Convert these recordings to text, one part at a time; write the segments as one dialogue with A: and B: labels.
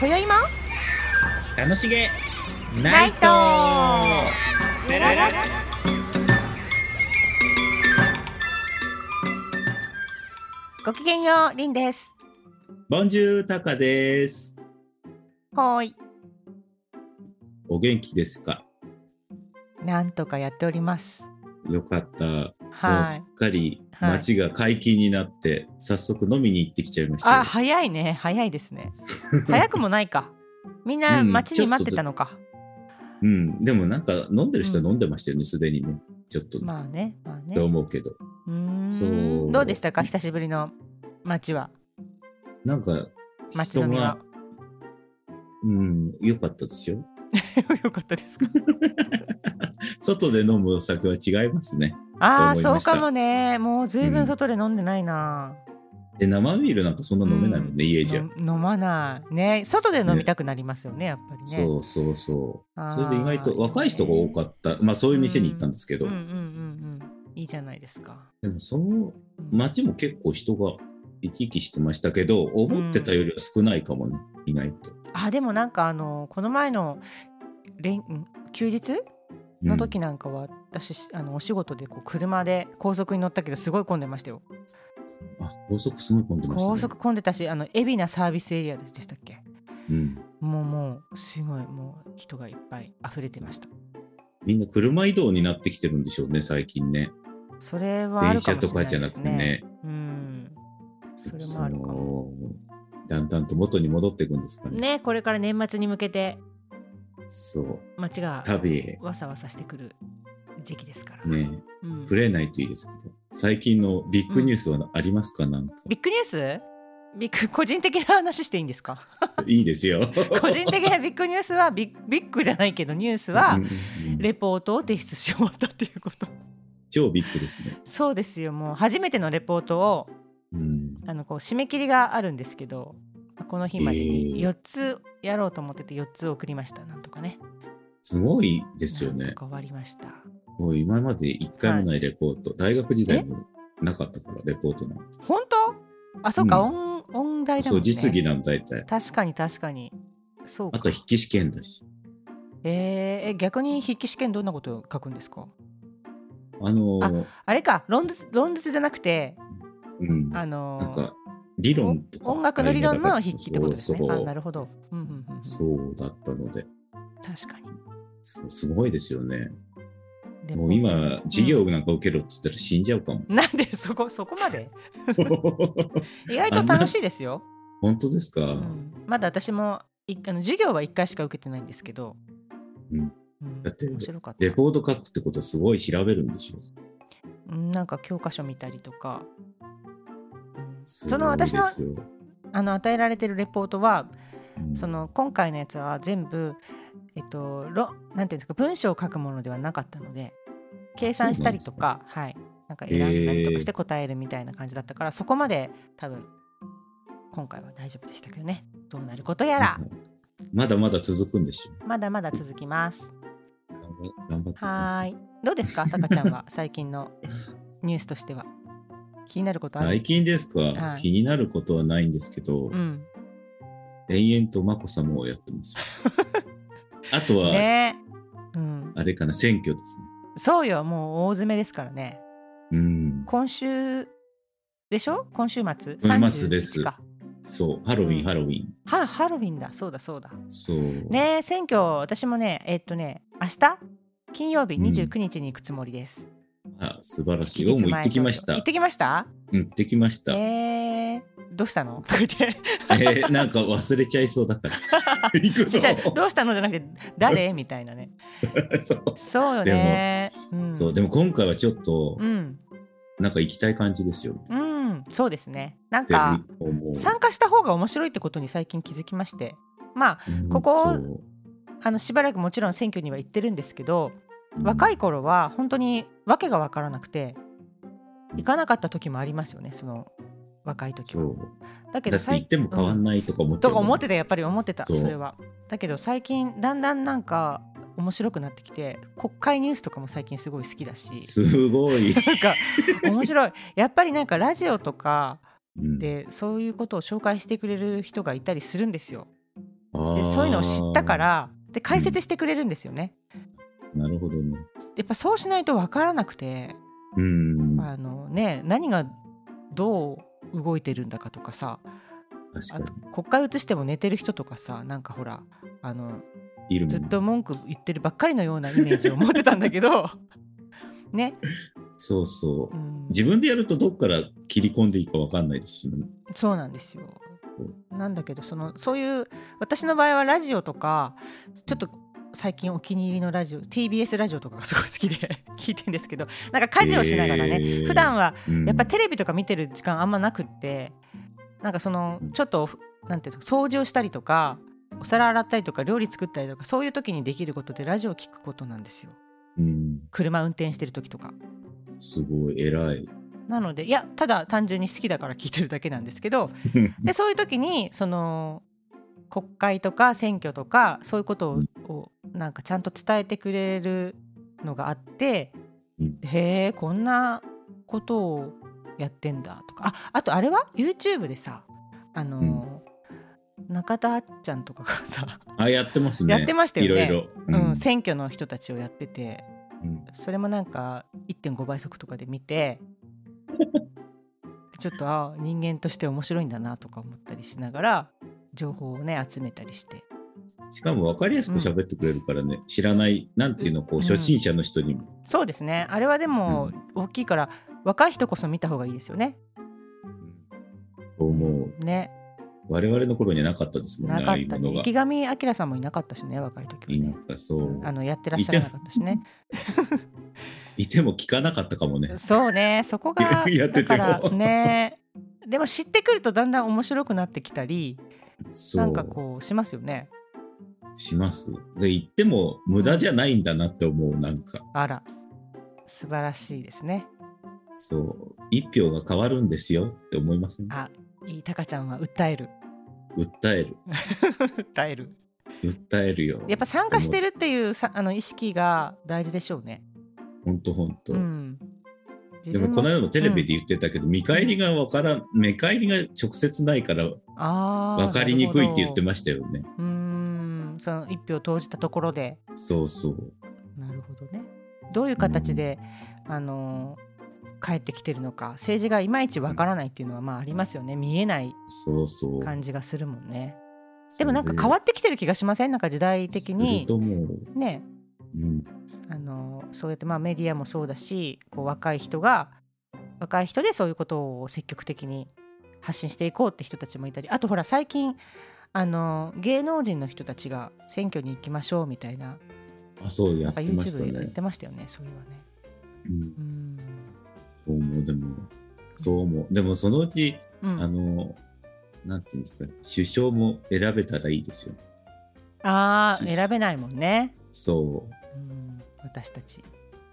A: 今宵も
B: 楽しげ
A: ナ
B: ナ
A: イ
B: イ
A: ト
B: ト
A: ごきげんようりんです
B: ボンジュータカです
A: はーい
B: お元気ですか
A: なんとかやっております
B: よかった、もう
A: は
B: す
A: い
B: っかり
A: はい
B: 街が解禁になって、早速飲みに行ってきちゃいましたよ
A: あ早いね早いです ね早くもないかみんな
B: うん
A: 待ちに待ってたのか、
B: うんでもなんか飲んでる人
A: うん
B: は飲んでましたよねすで、にねちょっと、
A: まあねまあね
B: と思うけど
A: うーん
B: そう
A: どうでしたか久しぶりの街は
B: なんか
A: 街
B: 人
A: 飲みは
B: がうん良かったですよ
A: よかったですか
B: 外で飲むお酒は違いますね
A: ああ
B: と思い
A: そう
B: ました
A: かもねもうずいぶ
B: うんん
A: 外で飲んでないな、
B: で生ビールなんかそんな飲めないもんね、家じゃ、
A: の飲まないね外で飲みたくなりますよねやっぱりね
B: そうそうそう
A: あー
B: それで意外と若い人が多かった、まあそういう店に行ったんですけど、
A: うんうんうんうんいいじゃないですか、
B: でもその
A: うん
B: 街も結構人が行き来してましたけど思ってたよりは少ないかもね、意外と。
A: あでもなんかあのこの前の連ん休日
B: うん
A: の時なんかは、私しあのお仕事でこう車で高速に乗ったけどすごい混んでましたよ
B: あ高速すごい混んでました、ね。
A: 高速混んでたしあの海老名サービスエリアでしたっけ
B: うん、
A: もうもうすごいもう人がいっぱい溢れてました
B: みんな車移動になってきてるんでしょうね最近ね。
A: それはあるかもしれないです、ね、
B: 電車とかじゃなくてね
A: うんそれもあるかも
B: そのだんだんと元に戻っていくんですかね。
A: ねこれから年末に向けて
B: そう
A: 街が
B: 旅へ
A: わさわさしてくる時期ですから、
B: ね
A: うん
B: 触れないといいですけど最近のビッグニュースはありますか、なんか
A: ビッグニュースビッグ個人的な話していいんですか
B: いいですよ。
A: 個人的なビッグニュースはビッビッグじゃないけどニュースは
B: うんうんうん
A: レポートを提出し終わったっていうこと
B: 超ビッグですね。
A: そうですよもう初めてのレポートを
B: うん、
A: あのこう締め切りがあるんですけどこの日までに
B: えー
A: 4つやろうと思ってて4つ送りましたなんとかね
B: すごいですよ
A: なん
B: ね
A: と。か終わりました
B: もう今まで一回もないレポート、大学時代もなかったから、レポートなんて。
A: 本当あそうか、
B: うん
A: 音音大だ
B: そ
A: もん
B: う、
A: ね
B: 実技なの大体。
A: 確かに確かにそうか
B: あと筆記試験だし。
A: えーえ逆に筆記試験どんなことを書くんですか
B: あのー
A: あれか論述論述じゃなくて
B: うん、な
A: あ
B: ん
A: のー
B: か理論とか。
A: 音楽の理論の筆記ってことですね
B: そう
A: あ
B: そう
A: なるほど、うんうんうんうん、
B: そうだったので、
A: 確かに
B: そうすごいですよね。
A: レポ
B: もう今、授業なんか受けろって言ったら死んじゃうかも。
A: なんでそこそこま で意外と楽しいですよ、
B: 本当ですか、
A: うん、まだ私もいあの授業は1回しか受けてないんですけど、
B: うん
A: うん
B: だって
A: 面白かった
B: レポート書くってことはすごい調べるんでしょ
A: うんなんか教科書見たりとか、うん
B: すごい
A: その私の
B: ですよ
A: あの与えられてるレポートは
B: うん
A: その今回のやつは全部、えっと、ろなんていうんですか文章を書くものではなかったので計算したりとかはい、なんか選んだりとかして答えるみたいな感じだったから、そこまで多分今回は大丈夫でしたけどねどうなることやら
B: まだまだ続くんでしょ
A: まだまだ続きます。
B: 頑張頑張ってくだ
A: は
B: さ
A: ー
B: い。
A: いどうですかタカちゃんは最近のニュースとしては気になることある
B: 最近ですか、
A: はい
B: 気になることはないんですけ
A: う
B: ど、
A: ん
B: 延々と眞子さまをやって ますよ。あとは、
A: ねうん、
B: あれかな、選挙ですね。
A: そうよもう大詰めですからね
B: うん、
A: 今週でしょ今週末
B: うん
A: 31
B: 末です
A: か
B: そう、ハロウィン、
A: うん
B: ハロウィン。
A: はハロウィンだそうだそうだ
B: そう。
A: ねえ選挙私もねえっとね明日金曜日
B: うん
A: 29日に行くつもりです、
B: あ素晴らし
A: 期
B: い。
A: 日
B: 僕も行ってきまし
A: 前投票
B: た
A: 行っ。てきました
B: うん、行ってきました。
A: え
B: え
A: ー、どうしたのとか言って
B: ーなんか忘れちゃいそうだから。 行く
A: じゃあ
B: の
A: どうしたのじゃなくて誰みたいなね
B: そう
A: そうよねうん
B: そう。でも今回はちょっと
A: う、ん
B: なんか行きたい感じですよ。っ
A: うんそうですねなん
B: て
A: か
B: 思う。
A: 参加した方が面白いってことに最近気づきましてまあ
B: うん
A: ここ
B: そう
A: あのしばらくもちろん選挙には行ってるんですけど
B: うん
A: 若い頃は本当に訳が分からなくて行かなかった時もありますよねその若い時
B: そ
A: は
B: う。
A: だけ
B: だ
A: ど
B: って言っても変わん
A: い、
B: ないとか思
A: う
B: っ
A: ん
B: ちゃ
A: とか
B: うもん
A: 思ってたやっぱり思ってた
B: そ
A: そうれはだけど最近だんだんなんか面白くなってきて国会ニュースとかも最近すごい好きだし
B: すご い。
A: なんか面白いやっぱりなんかラジオとか
B: うん
A: でそういうことを紹介してくれる人がいたりするんですよでそういうのを知ったか。らで解説してくれるんですよね。
B: なるほどね。
A: やっぱそうしないと分からなくて
B: うん。
A: あの、ね、何がどう動いてるんだかとかさあ
B: 確
A: と
B: か
A: 国会移しても寝てる人とかさなんかほらあの
B: に。いるもん
A: ずっと文句言ってるばっかりのようなイメージを持ってたんだけ どね、
B: そうそうう。
A: ん、
B: 自分でやるとどっから切り込んでいいかわかんないですしね。
A: そうなんですよ。なんだけどそのそういう私の場合はラジオとかちょっと最近お気に入りのラジオ TBS ラジオとかがすごい好きで 聞いてんですけどなんか家事をしながらね、
B: へー
A: 普段は
B: うん
A: やっぱテレビとか見てる時間あんまなくってなんかそのちょっとふなんていうんですか掃除をしたりとかお皿洗ったりとか料理作ったりとかそういう時にできることでラジオを聞くことなんですよ
B: うん。
A: 車運転してる時とか。
B: すごい偉 い。
A: なのでいやただ単純に好きだから聞いてるだけなんですけどでそういう時にその国会とか選挙とかそういうことををなんかちゃんと伝えてくれるのがあって、
B: うん
A: へえこんなことをやってんだとかああとあれは YouTube でさあの、中田あっちゃんとかがさ、
B: あ、やってますね。
A: やってましたよね
B: いろいろ。
A: うん選挙の人たちをやってて
B: うん
A: それもなんか1.5倍速とかで見 てちょっとあ人間として面白いんだなとか思ったりしながら情報をね集めたりして
B: しかも分かりやすく喋ってくれるからね、知らない、なんていうの、こ
A: う
B: う、
A: ん
B: 初心者の人にも。
A: そうですねあれはでも大きいから、若い人こそ見た方がいいですよね。
B: そう思う。
A: ね
B: 我々の頃にはなかったですもん
A: な
B: ね、
A: か
B: ああ
A: っ
B: いう
A: た
B: も
A: ね
B: のが
A: 池。上彰さんもいなかったしね若い時
B: い
A: は
B: な
A: ね。
B: んかそう。
A: あのやってらっしゃらなかったしね。
B: いても聞かなかったかもね。
A: そうね、そこが
B: やっ
A: だ
B: てて
A: か
B: も
A: らね、でも知ってくるとだんだん面白くなってきたり、
B: そう
A: なんかこうしますよね。
B: します。で、行っても無駄じゃないんだなって思う、なんか。
A: あら、素晴らしいですね。
B: そう。一票が変わるんですよって思いません
A: あいいタカちゃんは訴える、
B: 訴える。
A: 訴える。
B: 訴えるよ。
A: やっぱ参加してるっていうさあの意識が大事でしょうね。
B: ほんとほんと。
A: うん。自
B: で
A: 分
B: もこの間もテレビで言ってたけど、見返りがわからん、目返りが直接ないから
A: あー
B: 分かりにくいって言って
A: なる
B: ましたよね。
A: ほどうーん、その一票投じたところで。
B: そうそう。
A: なるほどね。どういう形で、あのー帰ってきてるのか政治がいまいちわからないっていうのはまあありますよね見えない
B: そうそう。
A: 感じがするもんね
B: そ
A: で
B: れ
A: もなんか変わってきてる気がしませんなんか時代的
B: する
A: に
B: ともう、
A: ね
B: うん、
A: あのーそうやってまあメディアもそうだしこう若い人が若い人でそういうことを積極的に発信していこうって人たちもいたりあとほら最近あのー芸能人の人たちが選挙に行きましょうみたいな
B: あそうや
A: なん
B: っ
A: か
B: てました
A: YouTube で言っ
B: ね。
A: てましたよねそういえばね。
B: うん、
A: うん
B: そう思うでもそう思うでもそのうち
A: うん、
B: あのなんていうんですか首相も選べたらいいですよ。
A: あー
B: し
A: 選べないもんね、
B: そう
A: うん、私たち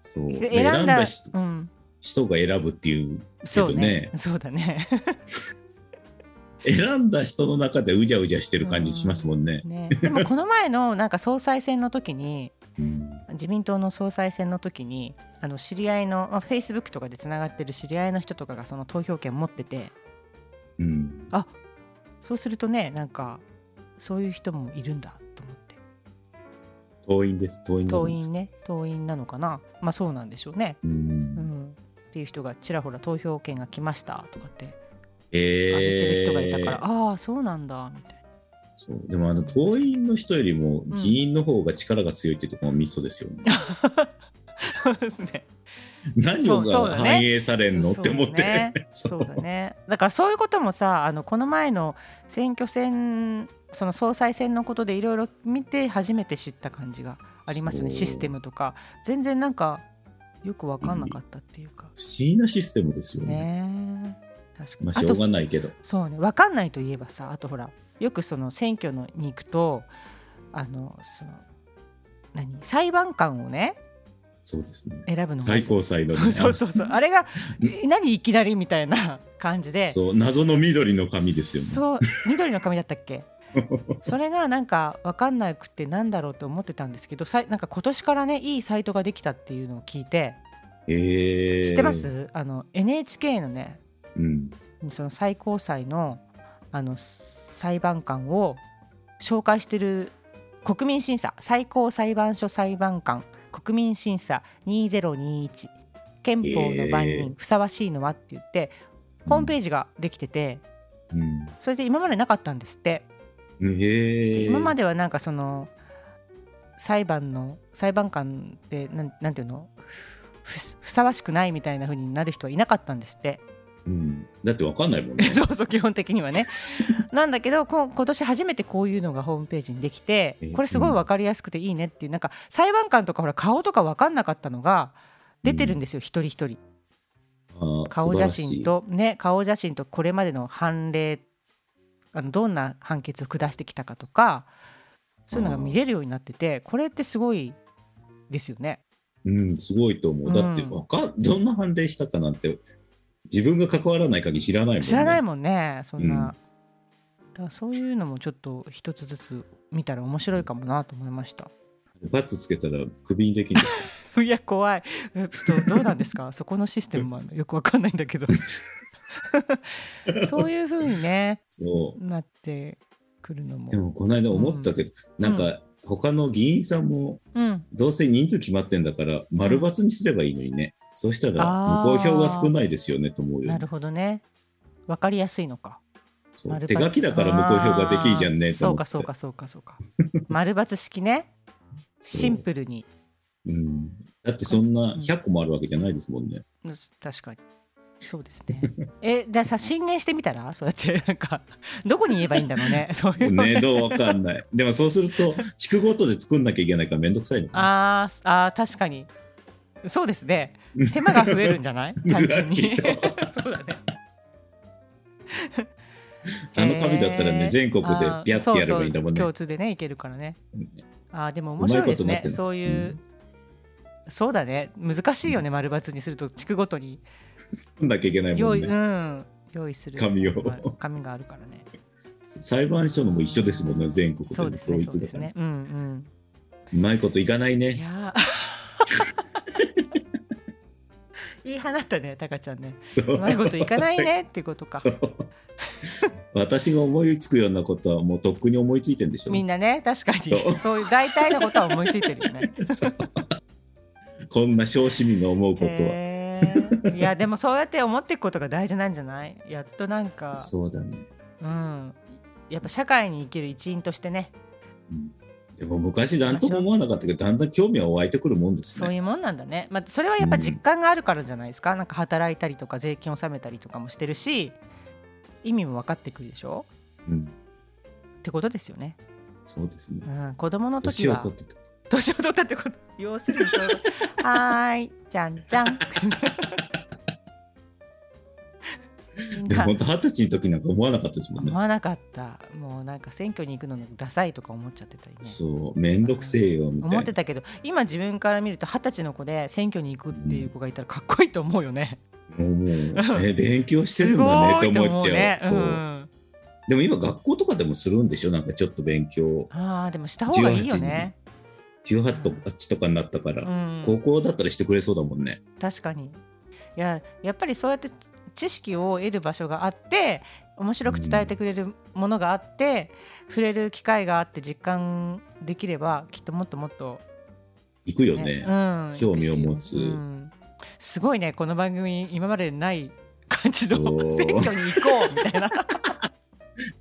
B: そう
A: 選んだ
B: 選んだ人
A: うん、
B: 人が選ぶっていう
A: そうね
B: けどね
A: そうだ ね
B: 選んだ人の中でうじゃうじゃしてる感じしますもんね。
A: ねでもこの前のなんか総裁選の時に
B: うん
A: 自民党の総裁選の時にあの知り合いのフェイスブックとかでつながってる知り合いの人とかがその投票権持ってて
B: うん
A: あそうするとねなんかそういう人もいるんだと思って
B: 党員です党員な
A: 党
B: んです
A: 員ね党員なのかなまあそうなんでしょうね、
B: う、
A: うんん、っていう人がちらほら投票権が来ましたとかって
B: え
A: 上げてる
B: ー
A: 人がいたから、ああそうなんだみたい
B: そうでもあの党員の人よりも
A: ん
B: 議員の方が力が強いってところがミソです よね。
A: なそうですね
B: 何
A: そ
B: を
A: うそうだ
B: が
A: ね
B: 反映されんの、
A: そう
B: って思って、
A: ね
B: そう
A: そうだねだからそういうこともさあのこの前の選挙戦その総裁選のことでいろいろ見て初めて知った感じがありますよね
B: そう
A: システムとか全然なんかよく分かんなかったっていうか、
B: 不思議なシステムですよね。
A: ねえ確かに、
B: まあしょうが
A: あと
B: ないけど。
A: そうね分かんないといえばさあとほらよくその選挙のに行くとあのその何裁判官をね
B: そうですね。
A: 選ぶのが
B: 最高裁のね、
A: そうそうそうそうあれがえ何いきなりみたいな感じで
B: そう謎の緑の髪ですよね。
A: そう緑の髪だったっ けそれがなんか分かんなくてなんだろうと思ってたんですけどさいなんか今年からねいいサイトができたっていうのを聞いて
B: えー
A: 知ってますあの NHK のね
B: うん。
A: その最高裁のあの裁判官を紹介してる国民審査最高裁判所裁判官国民審査2021憲法の番
B: え
A: 人ふさわしいのはって言ってホームページができててそれで今までなかったんですって
B: うん、へえ。
A: 今まではなんかその裁判の裁判官ってなんなんていうのふふさわしくないみたいな風になる人はいなかったんですっ て。
B: うん、だってわかんないもんね
A: そうそう基本的にはねなんだけどこ今年初めてこういうのがホームページにできて
B: え
A: これすごい分かりやすくていいねっていうなんか裁判官とかほら顔とか分かんなかったのが出てるんですよ、一人一人
B: ああ
A: 顔写真。とね顔写真とこれまでの判例あのどんな判決を下してきたかとかそういうのが見れるようになっててこれってすごいですよね。
B: 素晴らしいうん、すごいと思う。だって
A: うん
B: わかん、どんな判例したかなんて、自分が関わらない限り知らないもんね。
A: 知らないもんねそんな、
B: うん
A: だからそういうのもちょっと一つずつ見たら面白いかもなと思いました。
B: バツつけたらクビにできる。
A: いや怖いえちょっとどうなんです かそこのシステムはよくわかんないんだけどそういうふうにね
B: そ
A: なってくるのも
B: う。でも、この間思ったけど、なんか、他の議員さんも、
A: うん
B: どうせ人数決まってんだから、丸×にすればいいのにね。そうしたら、
A: あー
B: 無効票が少ないですよねと思うよ
A: な
B: ね。
A: るほどねわかりやすいのか
B: そう
A: 丸
B: 手
A: 抜
B: 書きだから無効票ができるじゃん
A: あ
B: ね
A: ー
B: と
A: そう
B: 思
A: か
B: って。
A: そうかそうか そうか丸抜式ねシンプルに
B: うん、だってそんな100個もあるわけじゃないですもんね。
A: うん確かにそうですねえじゃあさ進言してみたらそうやってなんかどこに言えばいいんだろうねそういうの
B: ねどうわかんない。 でもそうすると、地区ごとで作んなきゃいけないからめんどくさいのかな。
A: あーあー確かにそうですね手間が増えるんじゃ ない単純に
B: ラッキ
A: そうだね
B: あの紙だったらね、
A: へー
B: 全国で
A: あー
B: ビャってやればいいんだもんね。
A: そうそう共通でねいけるからねあーでも
B: うま
A: 面
B: い
A: 白いです
B: ことになっ
A: ね
B: てんだ
A: そういう、
B: うん
A: そうだね難しいよね丸抜にすると地区ごとに
B: 作んなきゃいけないも
A: 用
B: ん
A: 意,、う
B: ね。
A: ん、用意する
B: 紙を
A: 紙があるからね
B: 裁判所のも一緒ですもんね、全国
A: そうで
B: で。
A: す
B: 同
A: ねそう
B: 一
A: で
B: だ
A: す
B: から
A: ね。うん
B: うまいこといかない
A: うんい
B: ね。
A: やー言い放ったねタカちゃんね
B: そう
A: うまいこといかないねってことか
B: そう 私が思いつくようなことはもうとっくに思いついてんでしょ。
A: みんなね確か
B: そ
A: に
B: う
A: そういう大体のことは思いついてるよね。
B: こんな小市民が思うことは。
A: へーいやでもそうやって思っていくことが大事なんじゃないやっとなんか
B: そうだね。
A: うんやっぱ社会に生きる一員としてね
B: でも昔何とも思わなかったけど、だんだん興味は湧いてくるもんです
A: そ
B: ね
A: う。いうもんなんだね、まあ、それはやっぱ実感があるからじゃないですか、なんか働いたりとか税金納めたりとかもしてるし意味も分かってくるでしょ
B: うん、
A: ってことですよね、
B: そうですね。
A: うん、子供の時
B: 年を
A: は
B: 取ってってこと。
A: 年を取ったってこと要するにそういうことはーいじゃんじゃんみん
B: でも
A: な
B: 本当二十歳の時なんか思わなかったですもんね
A: 思。わなかったもうなんか選挙に行くのダサいとか思っちゃってたりね
B: そう、めんどくせえよみたいな。
A: 思ってたけど今自分から見ると二十歳の子で選挙に行くっていう子がいたらかっこいいと思うよね。
B: もうもう、ね、勉強してるんだねって思っちゃう。
A: す
B: そ
A: ご
B: う
A: いと思うね
B: でも今学校とかでもするんでしょなんかちょっと勉強
A: うんああでもした方がいいよね。
B: 18とか8とかになったか
A: う
B: ら、
A: ん、
B: 高校だったらしてくれそうだもんね。
A: 確かにいややっぱりそうやって知識を得る場所があって面白く伝えてくれるものがあって、触れる機会があって実感できればきっともっともっと
B: 行くよね。
A: うん、
B: 興味を持つ
A: うんすごいねこの番組今までない感じの
B: そう
A: 選挙に行こうみ たいな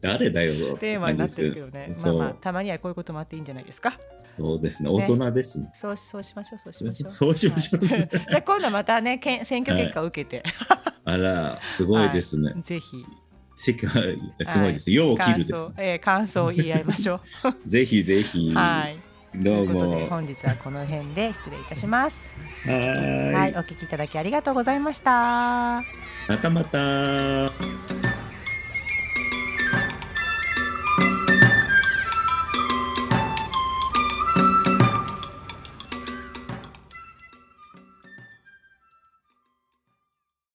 B: 誰だよ
A: テーマになってるけどね
B: 感じです
A: まあ
B: よ
A: まあ
B: そう
A: たまにはこういうこともあっていいんじゃないですか
B: そうですね。
A: ね
B: 大人ですね。
A: そうそうしましょうそうしましょう
B: そうしましょう
A: はいじゃあ今度はまたねけん選挙結果を受けて、
B: あら、すごいですね。
A: ぜひ
B: 世界、すごいです。よう切るです
A: 感想、。えー感想を言い合いましょ
B: ぜひぜひ
A: う。はい
B: どう
A: ということで
B: も。は
A: 本日はこの辺で失礼いたします
B: ーい。
A: はいお聞きいただきありがとうございました
B: またまた。